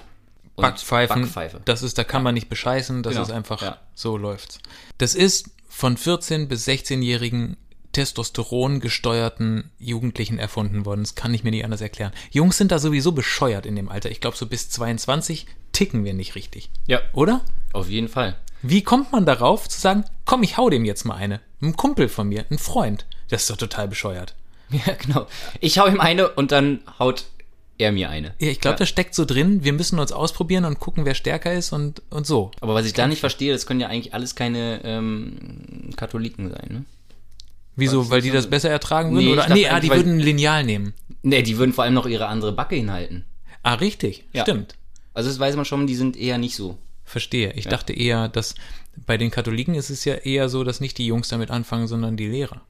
und
Backpfeifen.
Backpfeife.
Das ist, da kann man nicht bescheißen, das
Genau,
ist einfach,
ja.
so läuft's. Das ist von 14- bis 16-jährigen Testosteron gesteuerten Jugendlichen erfunden worden. Das kann ich mir nicht anders erklären. Jungs sind da sowieso bescheuert in dem Alter. Ich glaube, so bis 22 ticken wir nicht richtig.
Ja,
Oder?
auf jeden Fall.
Wie kommt man darauf zu sagen, komm, ich hau dem jetzt mal eine? Ein Kumpel von mir, ein Freund. Das ist doch total bescheuert.
Ja, genau. Ich hau ihm eine und dann haut er mir eine.
Ja, ich glaube, das steckt so drin. Wir müssen uns ausprobieren und gucken, wer stärker ist und, und so.
Aber was ich da nicht verstehe, das können ja eigentlich alles keine ähm, Katholiken sein, ne?
Wieso? Weil die das besser ertragen würden?
Nee, ich
oder?
dachte
Nee, ah, die
eigentlich, weil-
würden ein Lineal nehmen.
Ne, die würden vor allem noch ihre andere Backe hinhalten.
Ah, richtig.
Ja.
Stimmt.
Also das weiß man schon, die sind eher nicht so.
Verstehe. Ich dachte eher, dass bei den Katholiken ist es ja eher so, dass nicht die Jungs damit anfangen, sondern die Lehrer.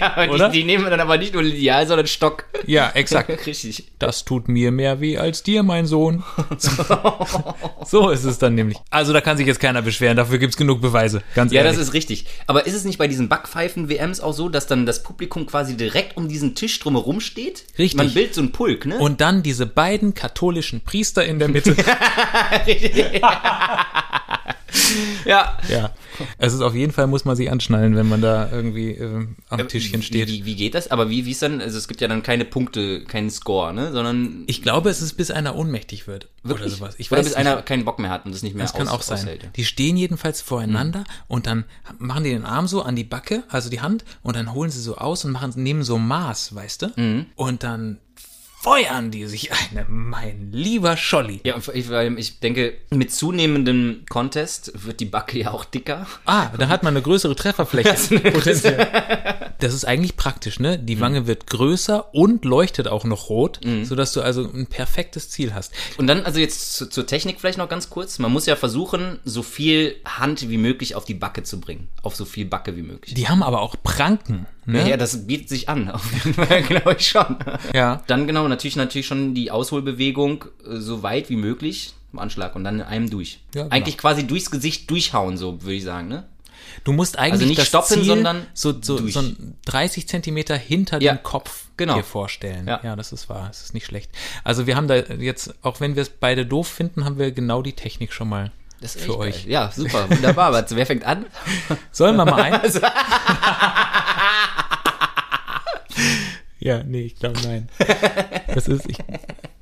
Ja,
Oder?
Die, die nehmen dann aber nicht nur Lineal, sondern Stock.
Ja, exakt.
Richtig.
Das tut mir mehr weh als dir, mein Sohn. so ist es dann nämlich. Also da kann sich jetzt keiner beschweren. Dafür gibt's genug Beweise. Ganz
Ja,
ehrlich.
das ist richtig. Aber ist es nicht bei diesen Backpfeifen-WMs auch so, dass dann das Publikum quasi direkt um diesen Tisch drumherum steht?
Richtig.
Man bildet so einen Pulk, ne?
Und dann diese beiden katholischen Priester in der Mitte.
ja.
ja. Es ist auf jeden Fall, muss man sich anschnallen, wenn man da irgendwie ähm, am Tischchen steht.
Wie, wie, wie geht das? Aber wie, wie ist dann, also es gibt ja dann keine Punkte, keinen Score, ne? Sondern
Ich glaube, es ist, bis einer ohnmächtig wird. Oder sowas. Ich
oder
weiß
bis
nicht.
einer keinen Bock mehr hat und das nicht mehr
Das kann
aus-
auch sein.
aushält. Mhm.
Die stehen jedenfalls voreinander und dann machen die den Arm so an die Backe, also die Hand, und dann holen sie so aus und machen, nehmen so Maß, weißt du?
Mhm.
Und dann feuern die sich eine, mein lieber Scholli.
Ja, und ich, weil ich denke, mit zunehmendem Contest wird die Backe ja auch dicker.
Ah, da hat man eine größere Trefferfläche. Potenzial. Das ist eigentlich praktisch, ne?
Mhm.
Die Wange wird größer und leuchtet auch noch rot, sodass du also ein perfektes Ziel hast.
Und dann, also jetzt zu, zur Technik vielleicht noch ganz kurz. Man muss ja versuchen, so viel Hand wie möglich auf die Backe zu bringen. Auf so viel Backe wie möglich.
Die haben aber auch Pranken, ne?
Ja, das bietet sich an, auf jeden Fall, glaube ich schon.
Ja.
Dann genau, natürlich, natürlich schon die Ausholbewegung äh, so weit wie möglich im Anschlag und dann in einem durch.
Ja, genau.
Eigentlich quasi durchs Gesicht durchhauen, so würde ich sagen, ne?
Du musst eigentlich
Also nicht
das
stoppen,
Ziel
sondern
so, so,
durch.
so ein 30 Zentimeter hinter
Ja,
dem Kopf
genau.
dir vorstellen.
Ja.
ja, das ist wahr. Es ist nicht schlecht. Also wir haben da jetzt, auch wenn wir es beide doof finden, haben wir genau die Technik schon mal
Das ist
Für
echt
euch.
geil. Ja, super, wunderbar. Aber wer fängt an?
Sollen wir mal ein? Also ja, nee, ich glaube nein. Das ist, ich,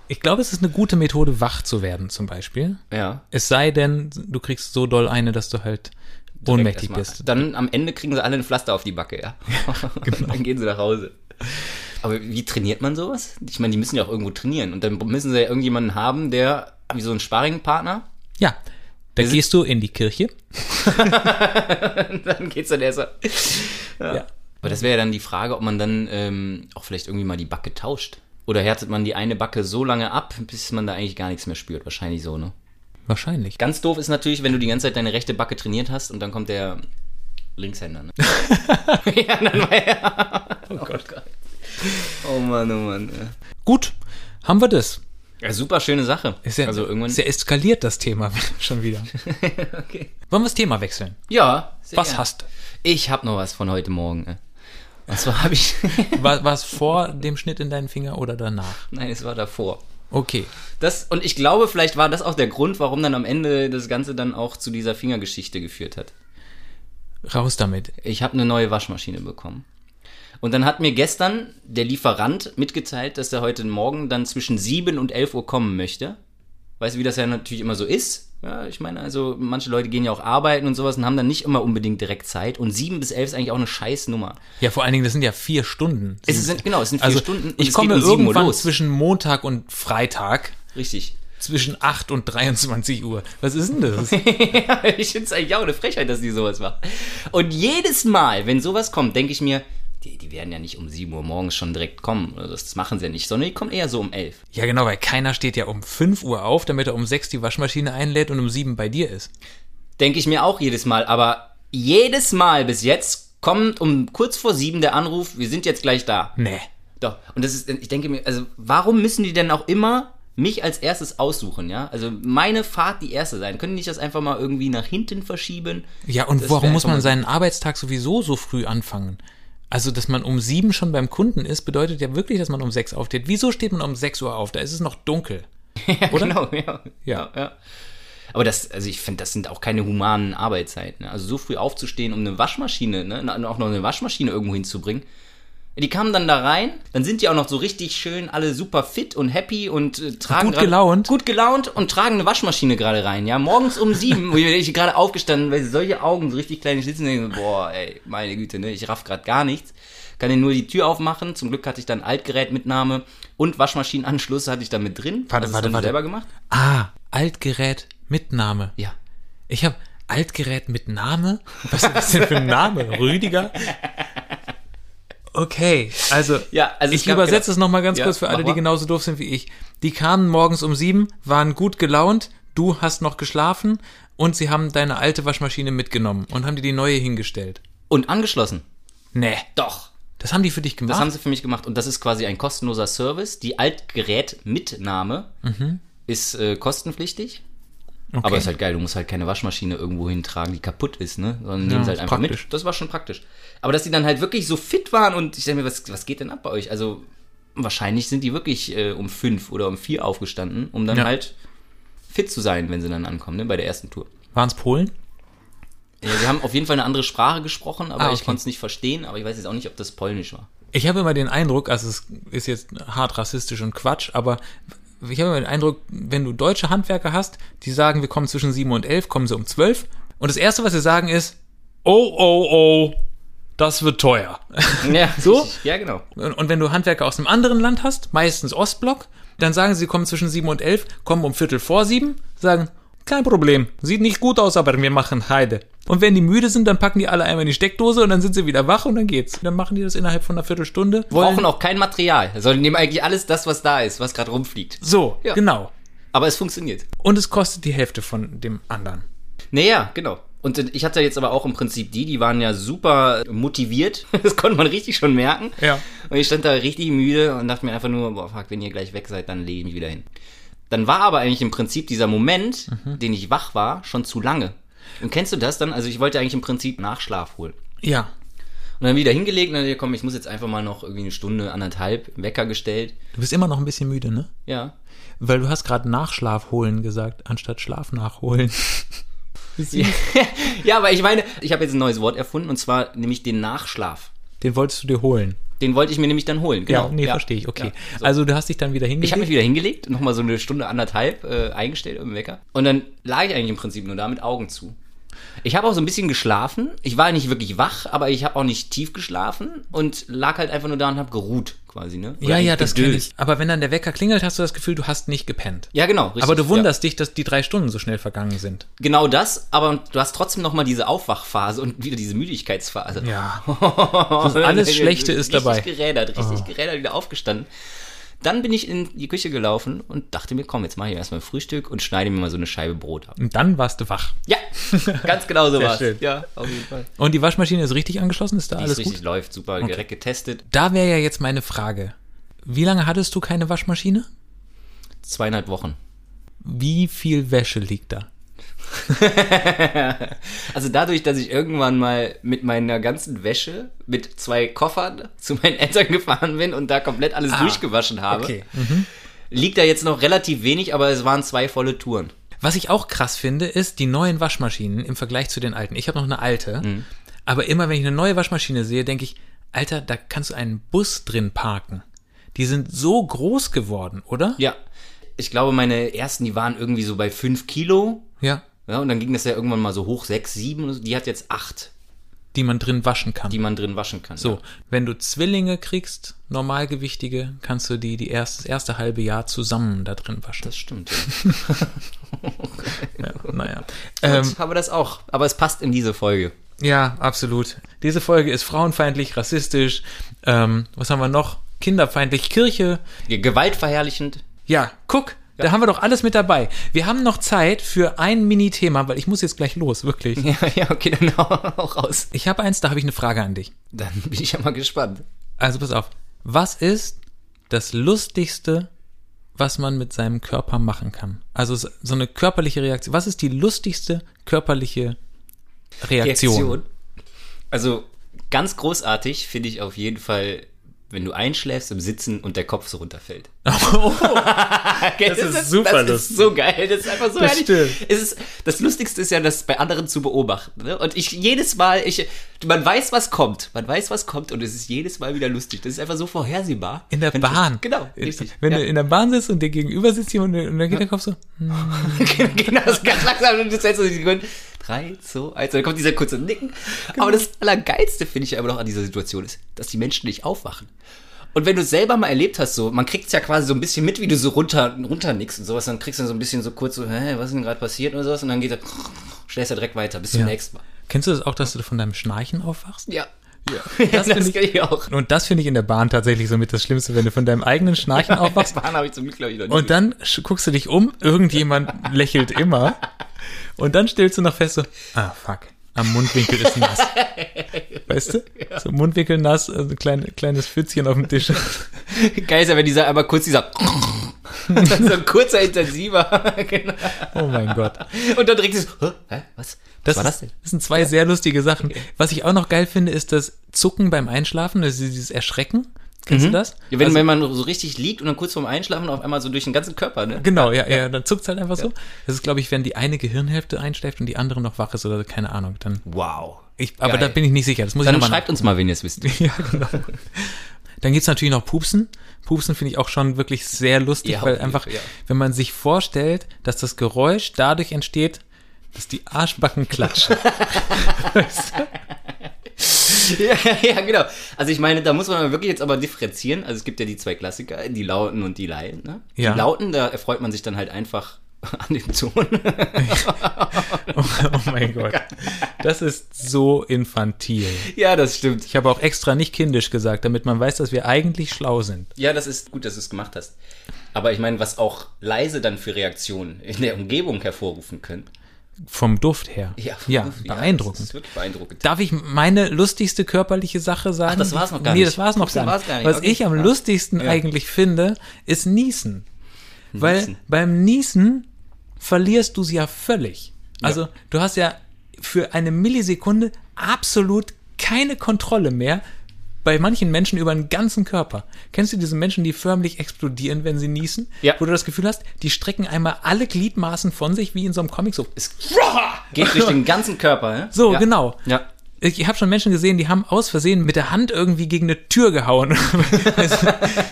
ich glaube, es ist eine gute Methode, wach zu werden zum Beispiel.
Ja.
Es sei denn, du kriegst so doll eine, dass du halt ohnmächtig
Erstmal.
bist.
Dann am Ende kriegen sie alle ein Pflaster auf die Backe, ja. Dann gehen sie nach Hause. Aber wie trainiert man sowas? Ich meine, die müssen ja auch irgendwo trainieren. Und dann müssen sie ja irgendjemanden haben, der, wie so ein Sparringpartner,
Ja, da gehst du in die Kirche.
dann geht's dann erst. mal-
Ja.
Aber das wäre ja dann die Frage, ob man dann ähm, auch vielleicht irgendwie mal die Backe tauscht. Oder härtet man die eine Backe so lange ab, bis man da eigentlich gar nichts mehr spürt? Wahrscheinlich so, ne?
Wahrscheinlich.
Ganz doof ist natürlich, wenn du die ganze Zeit deine rechte Backe trainiert hast und dann kommt der Linkshänder. Ne? ja, dann war er. Oh Gott, Gott. Oh Mann, oh Mann.
Gut, haben wir das.
Ja, Ja, super schöne Sache.
Ist ja,
also irgendwann.
ist ja eskaliert das Thema schon wieder.
okay.
Wollen wir das Thema wechseln?
Ja. Sehr
Was
gerne.
hast du?
Ich habe noch was von heute Morgen. äh. Und zwar habe ich.
War, war es vor dem Schnitt in deinen Finger oder danach?
Nein, es war davor.
Okay.
Das, und ich glaube, vielleicht war das auch der Grund, warum dann am Ende das Ganze dann auch zu dieser Fingergeschichte geführt hat.
Raus damit.
Ich habe eine neue Waschmaschine bekommen. Und dann hat mir gestern der Lieferant mitgeteilt, dass er heute Morgen dann zwischen 7 und 11 Uhr kommen möchte. Weißt du, wie das ja natürlich immer so ist? Ja, ich meine, also manche Leute gehen ja auch arbeiten und sowas und haben dann nicht immer unbedingt direkt Zeit. Und 7 bis 11 ist eigentlich auch eine scheiß Nummer.
Ja, vor allen Dingen, das sind ja vier Stunden.
Es sind, genau, es sind 4
also,
Stunden. und
ich
es
komme
geht um 7 Uhr
irgendwann
los.
zwischen Montag und Freitag
Richtig.
zwischen 8 und 23 Uhr. Was ist denn das?
ja, ich finde es eigentlich auch eine Frechheit, dass die sowas machen. Und jedes Mal, wenn sowas kommt, denke ich mir, die, die werden ja nicht um 7 Uhr morgens schon direkt kommen. Also Das machen sie ja nicht, sondern die kommen eher so um 11.
ja, genau, weil keiner steht ja um 5 Uhr auf, damit er um 6 die Waschmaschine einlädt und um 7 bei dir ist.
Denke ich mir auch jedes Mal, aber jedes Mal bis jetzt kommt um kurz vor sieben der Anruf, wir sind jetzt gleich da.
Nee.
Doch. Und das ist, ich denke mir, also warum müssen die denn auch immer mich als erstes aussuchen, ja? Also meine Fahrt die erste sein. Können die nicht das einfach mal irgendwie nach hinten verschieben?
Ja, und
Das wär
warum muss
einfach
man
mal-
seinen Arbeitstag sowieso so früh anfangen? Also, dass man um 7 schon beim Kunden ist, bedeutet ja wirklich, dass man um 6 aufsteht. Wieso steht man um 6 Uhr auf? Da ist es noch dunkel. Oder?
Genau, ja.
Ja.
Aber das, also ich finde, das sind auch keine humanen Arbeitszeiten. Ne? Also so früh aufzustehen, um eine Waschmaschine, ne, na- auch noch eine Waschmaschine irgendwo hinzubringen. Die kamen dann da rein, dann sind die auch noch so richtig schön alle super fit und happy und äh, tragen
Gut
gerade-
gelaunt.
gut gelaunt und tragen eine Waschmaschine gerade rein, ja. Morgens um sieben, wo ich gerade aufgestanden, weil solche Augen, so richtig kleine Schlitzen, denke ich, so, boah, ey, meine Güte, ne, ich raff gerade gar nichts. Kann dir nur die Tür aufmachen. Zum Glück hatte ich dann Altgerätmitnahme und Waschmaschinenanschluss hatte ich dann mit drin.
Warte,
Hast du
warte,
dann
warte.
selber gemacht?
Ah, Altgerät mit Name.
Ja.
Ich habe Altgerät mit Name. Was ist das denn für ein Name? Rüdiger? Okay, also
Ja, also es
ich
gab-
übersetze
genau.
es nochmal ganz
Ja,
kurz für alle,
mach
die
mal.
genauso doof sind wie ich. Die kamen morgens um sieben, waren gut gelaunt, du hast noch geschlafen und sie haben deine alte Waschmaschine mitgenommen und haben dir die neue hingestellt.
Und angeschlossen.
Nee,
Doch.
das haben die für dich gemacht.
Das haben sie für mich gemacht und das ist quasi ein kostenloser Service. Die Altgerätmitnahme ist äh, kostenpflichtig.
Mhm. okay.
Aber ist halt geil, du musst halt keine Waschmaschine irgendwo hintragen, die kaputt ist, ne? Sondern nehmen sie halt
ist
einfach
praktisch.
mit. Das war schon praktisch. Aber dass die dann halt wirklich so fit waren und ich denke mir, was, was geht denn ab bei euch? Also wahrscheinlich sind die wirklich äh, um fünf oder um vier aufgestanden, um dann
Ja.
halt fit zu sein, wenn sie dann ankommen, ne? Bei der ersten Tour.
Waren es Polen?
Ja, sie haben auf jeden Fall eine andere Sprache gesprochen, aber
Ah,
ich
okay.
konnte es nicht verstehen, aber ich weiß jetzt auch nicht, ob das polnisch war.
Ich habe immer den Eindruck, also es ist jetzt hart rassistisch und Quatsch, aber ich habe immer den Eindruck, wenn du deutsche Handwerker hast, die sagen, wir kommen zwischen 7 und 11, kommen sie um 12 und das erste, was sie sagen ist, oh, oh, oh, das wird teuer.
Ja, so? Ja, genau.
Und, und wenn du Handwerker aus einem anderen Land hast, meistens Ostblock, dann sagen sie, sie kommen zwischen 7 und 11, kommen um Viertel vor 7, sagen, kein Problem, sieht nicht gut aus, aber wir machen Heide. Und wenn die müde sind, dann packen die alle einmal in die Steckdose und dann sind sie wieder wach und dann geht's. Dann machen die das innerhalb von einer Viertelstunde.
Brauchen auch kein Material, sondern nehmen eigentlich alles das, was da ist, was gerade rumfliegt.
So,
Ja.
genau.
Aber es funktioniert.
Und es kostet die Hälfte von dem anderen.
Naja, genau. Und ich hatte jetzt aber auch im Prinzip die, die waren ja super motiviert. Das konnte man richtig schon merken.
Ja.
Und ich stand da richtig müde und dachte mir einfach nur, boah, fuck, wenn ihr gleich weg seid, dann lege ich mich wieder hin. Dann war aber eigentlich im Prinzip dieser Moment, den ich wach war, schon zu lange. Und kennst du das dann? Also ich wollte eigentlich im Prinzip Nachschlaf holen.
Ja.
Und dann wieder hingelegt und dann, ja, komm, ich muss jetzt einfach mal noch irgendwie eine Stunde, anderthalb Wecker gestellt.
Du bist immer noch ein bisschen müde, ne?
Ja.
Weil du hast gerade Nachschlaf holen gesagt, anstatt Schlaf nachholen.
Ja, ja, aber ich meine, ich habe jetzt ein neues Wort erfunden und zwar nämlich den Nachschlaf.
Den wolltest du dir holen.
Den wollte ich mir nämlich dann holen, genau.
ja, nee, verstehe ich. Okay.
Ja, so.
Also du hast dich dann wieder
Ich
hingelegt.
habe mich wieder hingelegt, nochmal so eine Stunde, anderthalb äh, eingestellt im Wecker. Und dann lag ich eigentlich im Prinzip nur da mit Augen zu. Ich habe auch so ein bisschen geschlafen. Ich war nicht wirklich wach, aber ich habe auch nicht tief geschlafen und lag halt einfach nur da und habe geruht quasi, ne? Oder
ja, ja,
eigentlich
das kenne
gedöst.
ich. Aber wenn dann der Wecker klingelt, hast du das Gefühl, du hast nicht gepennt.
Ja, genau. Richtig.
Aber du
Ja.
wunderst dich, dass die drei Stunden so schnell vergangen sind.
Genau das, aber du hast trotzdem nochmal diese Aufwachphase und wieder diese Müdigkeitsphase.
Ja.
alles
Schlechte ist dabei. Ah.
Richtig gerädert, richtig gerädert, wieder aufgestanden. Dann bin ich in die Küche gelaufen und dachte mir, komm, jetzt mache ich erstmal Frühstück und schneide mir mal so eine Scheibe Brot ab.
Und dann warst du wach.
Ja, ganz genau so
Sehr
war's.
schön.
Ja, auf jeden Fall.
Und die Waschmaschine ist richtig angeschlossen? Ist da
Alles
alles
richtig
gut?
läuft, super direkt getestet.
Da wäre ja jetzt meine Frage. Wie lange hattest du keine Waschmaschine?
Zweieinhalb Wochen.
Wie viel Wäsche liegt da?
Also dadurch, dass ich irgendwann mal mit meiner ganzen Wäsche mit zwei Koffern zu meinen Eltern gefahren bin und da komplett
Ah,
alles durchgewaschen habe, liegt da jetzt noch relativ wenig, aber es waren zwei volle Touren.
Was ich auch krass finde, ist die neuen Waschmaschinen im Vergleich zu den alten. Ich habe noch eine alte,
Mhm.
aber immer wenn ich eine neue Waschmaschine sehe, denke ich, Alter, da kannst du einen Bus drin parken. Die sind so groß geworden, oder?
Ja. Ich glaube, meine ersten, die waren irgendwie so bei fünf Kilo.
Ja.
Ja, und dann ging das ja irgendwann mal so hoch, sechs, sieben. und so. Die hat jetzt acht,
Die man drin waschen kann.
die man drin waschen kann.
so, wenn du Zwillinge kriegst, normalgewichtige, kannst du die, die erst, das erste halbe Jahr zusammen da drin waschen.
Das stimmt. Ja.
naja. Ähm,
ich habe das auch. Aber es passt in diese Folge.
ja, absolut. Diese Folge ist frauenfeindlich, rassistisch. Ähm, was haben wir noch? Kinderfeindlich, Kirche.
Ge- Gewaltverherrlichend.
Ja, guck, da haben wir doch alles mit dabei. Wir haben noch Zeit für ein Mini-Thema, weil ich muss jetzt gleich los, wirklich.
Ja, ja, okay, dann hau auch raus.
Ich habe eins, da habe ich eine Frage an dich.
Dann bin ich ja mal gespannt.
Also pass auf. Was ist das Lustigste, was man mit seinem Körper machen kann? Also s- so eine körperliche Reaktion. Was ist die lustigste körperliche Reaktion?
Also ganz großartig finde ich auf jeden Fall, wenn du einschläfst im Sitzen und der Kopf so runterfällt. das,
Oh. ist super
das
lustig.
ist so geil. Das ist einfach so
Das
herrlich.
stimmt.
Es ist, das Lustigste ist ja, das bei anderen zu beobachten. Ne? Und ich jedes Mal, ich, man weiß, was kommt. Man weiß, was kommt und es ist jedes Mal wieder lustig. Das ist einfach so vorhersehbar.
In der
Wenn du-
Bahn.
Genau, richtig.
Wenn
ja.
du in der Bahn sitzt und dir gegenüber sitzt jemand und dann geht der Kopf so.
genau, das ist ganz langsam und du zählst so die Sekunden. Drei, zwei, eins, und dann kommt dieser kurze Nicken.
Genau.
Aber das Allergeilste finde ich ja immer noch an dieser Situation ist, dass die Menschen nicht aufwachen. Und wenn du es selber mal erlebt hast, so, man kriegt es ja quasi so ein bisschen mit, wie du so runter, runternickst und sowas, dann kriegst du so ein bisschen so kurz so, hä, was ist denn gerade passiert oder sowas, und dann geht er, schläfst er direkt weiter, bis zum
Ja.
nächsten Mal.
Kennst du das auch, dass du von deinem Schnarchen aufwachst?
Ja.
Das
Das,
finde ich-
kenne ich auch.
Und das finde ich in der Bahn tatsächlich so mit das Schlimmste, wenn du von deinem eigenen Schnarchen aufwachst
Bahn habe ich zum Glück, glaube ich, noch nie.
und dann sch- guckst du dich um, irgendjemand lächelt immer und dann stellst du noch fest so, ah fuck, am Mundwinkel ist nass. Weißt du? So Mundwinkel nass, also ein klein, kleines Pfützchen auf dem Tisch.
Geil ist ja, wenn dieser einmal kurz dieser, dann so ein kurzer, intensiver, genau.
Oh mein Gott.
Und dann direkt dieses, hä, hä, was? was war
ist-
das denn?
Das sind zwei sehr lustige Sachen. Was ich auch noch geil finde, ist das Zucken beim Einschlafen, also dieses Erschrecken. Kennst du das?
Mhm. Ja, wenn,
Also-
wenn man so richtig liegt und dann kurz vorm Einschlafen auf einmal so durch den ganzen Körper, ne?
Genau, ja, ja, dann zuckt's halt einfach so. Das ist, glaube ich, wenn die eine Gehirnhälfte einschläft und die andere noch wach ist oder so, keine Ahnung. Dann,
Wow.
ich, aber
Geil.
da bin ich nicht sicher. Das muss
Dann
ich nochmal.
schreibt uns mal, wenn ihr es wisst.
Ja, genau. Dann gibt's natürlich noch Pupsen. Pupsen finde ich auch schon wirklich sehr lustig,
Ja,
weil
auf jeden
einfach,
Fall, ja.
wenn man sich vorstellt, dass das Geräusch dadurch entsteht, dass die Arschbacken klatschen.
ja, ja, genau. Also ich meine, da muss man wirklich jetzt aber differenzieren. Also es gibt ja die zwei Klassiker, die Lauten und die Laien, ne?
Ja.
Die Lauten, da erfreut man sich dann halt einfach an dem Ton.
oh, oh mein Gott. Das ist so infantil.
ja, das stimmt.
Ich habe auch extra nicht kindisch gesagt, damit man weiß, dass wir eigentlich schlau sind.
Ja, das ist gut, dass du es gemacht hast. Aber ich meine, was auch leise dann für Reaktionen in der Umgebung hervorrufen können.
Vom Duft her. ja
Das
beeindruckend.
ist wirklich beeindruckend.
Darf ich meine lustigste körperliche Sache sagen?
das war's noch gar
Nee,
nicht.
das war's noch
Das
gar,
war's
nicht.
gar nicht.
Was
Okay. Ah.
ich am
Ja.
lustigsten eigentlich finde, ist Niesen. Weil beim Niesen verlierst du es ja völlig. Also du hast ja für eine Millisekunde absolut keine Kontrolle mehr bei manchen Menschen über den ganzen Körper. Kennst du diese Menschen, die förmlich explodieren, wenn sie niesen?
Ja.
Wo du das Gefühl hast, die strecken einmal alle Gliedmaßen von sich, wie in so einem Comic so.
Es geht durch den ganzen Körper, ne?
So,
ja.
genau.
Ja.
Ich habe schon Menschen gesehen, die haben aus Versehen mit der Hand irgendwie gegen eine Tür gehauen, weil sie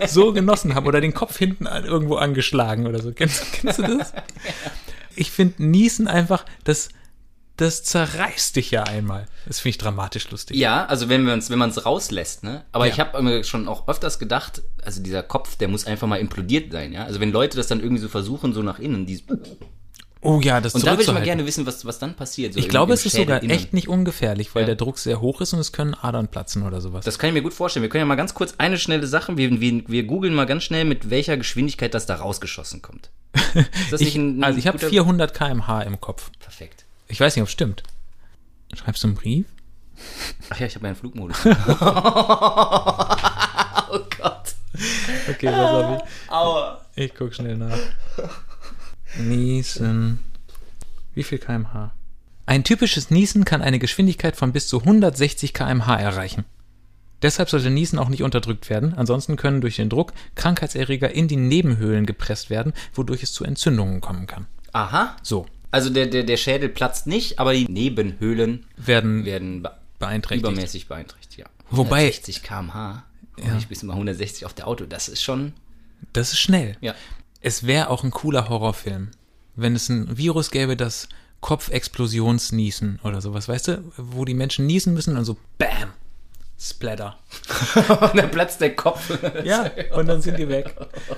so genossen haben oder den Kopf hinten an- irgendwo angeschlagen oder so. Kennst, kennst du das? Ich finde Niesen einfach, das, das zerreißt dich ja einmal. Das finde ich dramatisch lustig.
Ja, also wenn wir uns, wenn man es rauslässt, ne? Aber
Ja.
ich habe mir schon auch öfters gedacht, also dieser Kopf, der muss einfach mal implodiert sein, ja? Also wenn Leute das dann irgendwie so versuchen, so nach innen, dieses
Oh ja, das
Und da würde ich mal
zurückzuhalten.
gerne wissen, was, was dann passiert. So
ich
im-
glaube,
im
es ist
Schädel
sogar
innen.
echt nicht ungefährlich, weil
Ja.
der Druck sehr hoch ist und es können Adern platzen oder sowas.
Das kann ich mir gut vorstellen. Wir können ja mal ganz kurz eine schnelle Sache, wir, wir, wir googeln mal ganz schnell, mit welcher Geschwindigkeit das da rausgeschossen kommt. Ist das
ich, also ich habe
guter-
400 km/h im Kopf.
Perfekt.
Ich weiß nicht, ob es stimmt. Schreibst du einen Brief?
Ach ja, ich habe meinen Flugmodus. oh Gott.
Okay, was habe ich?
Aua.
Ich guck schnell nach. Niesen. Wie viel kmh? Ein typisches Niesen kann eine Geschwindigkeit von bis zu 160 kmh erreichen. Deshalb sollte Niesen auch nicht unterdrückt werden, ansonsten können durch den Druck Krankheitserreger in die Nebenhöhlen gepresst werden, wodurch es zu Entzündungen kommen kann.
Aha.
So,
Also der, der, der Schädel platzt nicht, aber die Nebenhöhlen
werden
werden be
beeinträchtigt.
übermäßig beeinträchtigt, ja.
Wobei-
60 km/h. Ja. Ich bin mal 160 auf der Auto. Das ist schon.
Das ist schnell.
Ja.
Es wäre auch ein cooler Horrorfilm, wenn es ein Virus gäbe, das Kopfexplosionsniesen oder sowas, weißt du, wo die Menschen niesen müssen und so BAM! Splatter.
Und dann platzt der Kopf.
Ja, und dann sind die weg.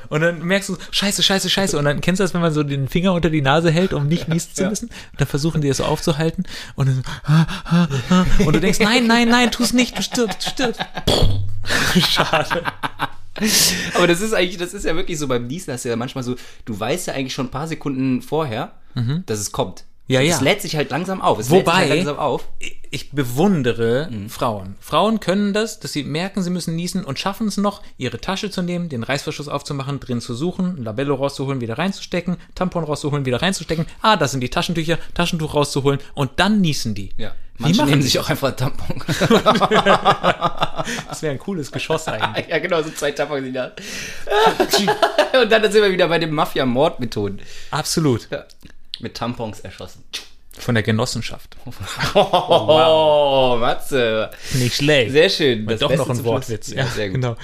Und dann merkst du, scheiße, scheiße, scheiße. Und dann kennst du das, wenn man so den Finger unter die Nase hält, um nicht niesen zu müssen. Und dann versuchen die es so aufzuhalten. Und dann, ah, ah, ah. und du denkst, nein, nein, nein, tu es nicht, du stirbst, stirbst. Schade.
Aber das ist eigentlich, das ist ja wirklich so beim Niesen, hast du ja manchmal so, du weißt ja eigentlich schon ein paar Sekunden vorher, dass es kommt.
Ja,
Und
ja.
Es lädt sich halt langsam auf. Es lädt sich
Wobei-
halt langsam auf.
ich bewundere
Mhm.
Frauen. Frauen können das, dass sie merken, sie müssen niesen und schaffen es noch, ihre Tasche zu nehmen, den Reißverschluss aufzumachen, drin zu suchen, ein Labello rauszuholen, wieder reinzustecken, Tampon rauszuholen, wieder reinzustecken. Ah, das sind die Taschentücher, Taschentuch rauszuholen und dann niesen die.
Ja.
Wie
Manche
machen
nehmen
sich
sich auch einfach einen Tampon.
das wäre ein cooles Geschoss eigentlich.
ja, genau, so zwei Tampons die da. Und dann sind wir wieder bei den Mafia-Mord-Methoden.
Absolut.
Ja. Mit Tampons erschossen.
Von der Genossenschaft.
Oh, Matze.
Nicht schlecht.
Sehr schön. Das
doch
Beste
noch ein
zum
Wortwitz.
Schluss. Ja, sehr gut.
Genau.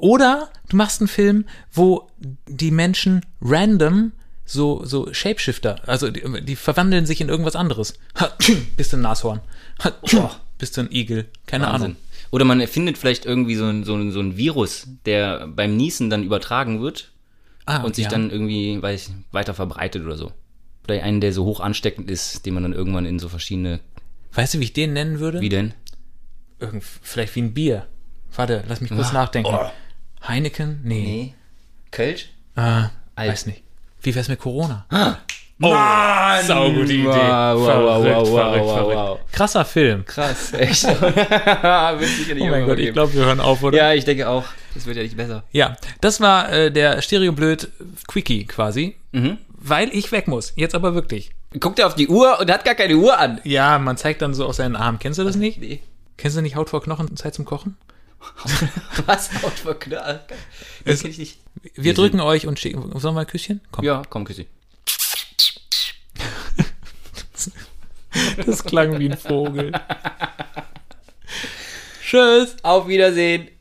Oder du machst einen Film, wo die Menschen random so, so Shapeshifter, also die, die verwandeln sich in irgendwas anderes. Ha, tschüm, bist du ein Nashorn? Ha, tschüm, bist du ein Igel? Keine
Wahnsinn.
Ahnung.
Oder man erfindet vielleicht irgendwie so ein, so, ein, so ein Virus, der beim Niesen dann übertragen wird
Ah,
und sich
ja.
dann irgendwie weiß, ich, weiter verbreitet oder so. Vielleicht einen, der so hoch ansteckend ist, den man dann irgendwann in so verschiedene.
Weißt du, wie ich den nennen würde?
Wie denn?
Irgend, vielleicht wie ein Bier. Warte, lass mich
Ah,
kurz nachdenken.
oh.
Heineken? Nee.
Kölsch?
Ah,
Alt.
weiß nicht. Wie wär's mit Corona?
Oh, Mann!
saugute Idee.
Wow, wow,
Verrückt,
wow, wow,
verrückt,
wow,
verrückt.
wow.
Krasser Film.
Krass, echt. wird sicher nicht
Oh mein Gott, ich
geben.
glaube, wir hören auf, oder?
Ja, ich denke auch. Es wird ja nicht besser.
Ja, das war äh, der Stereoblöd Quickie quasi, weil ich weg muss. Jetzt aber wirklich.
Guckt er auf die Uhr und hat gar keine Uhr an.
Ja, man zeigt dann so auf seinen Arm. Kennst du das nicht?
Nee.
Kennst du nicht Haut vor Knochen, Zeit zum Kochen?
Was? Haut vor Knall. Das kenn ich nicht.
Wir, drücken euch und schicken. Sollen wir ein Küsschen? Komm.
Ja, komm, Küssi.
Das klang wie ein Vogel. Tschüss.
Auf Wiedersehen.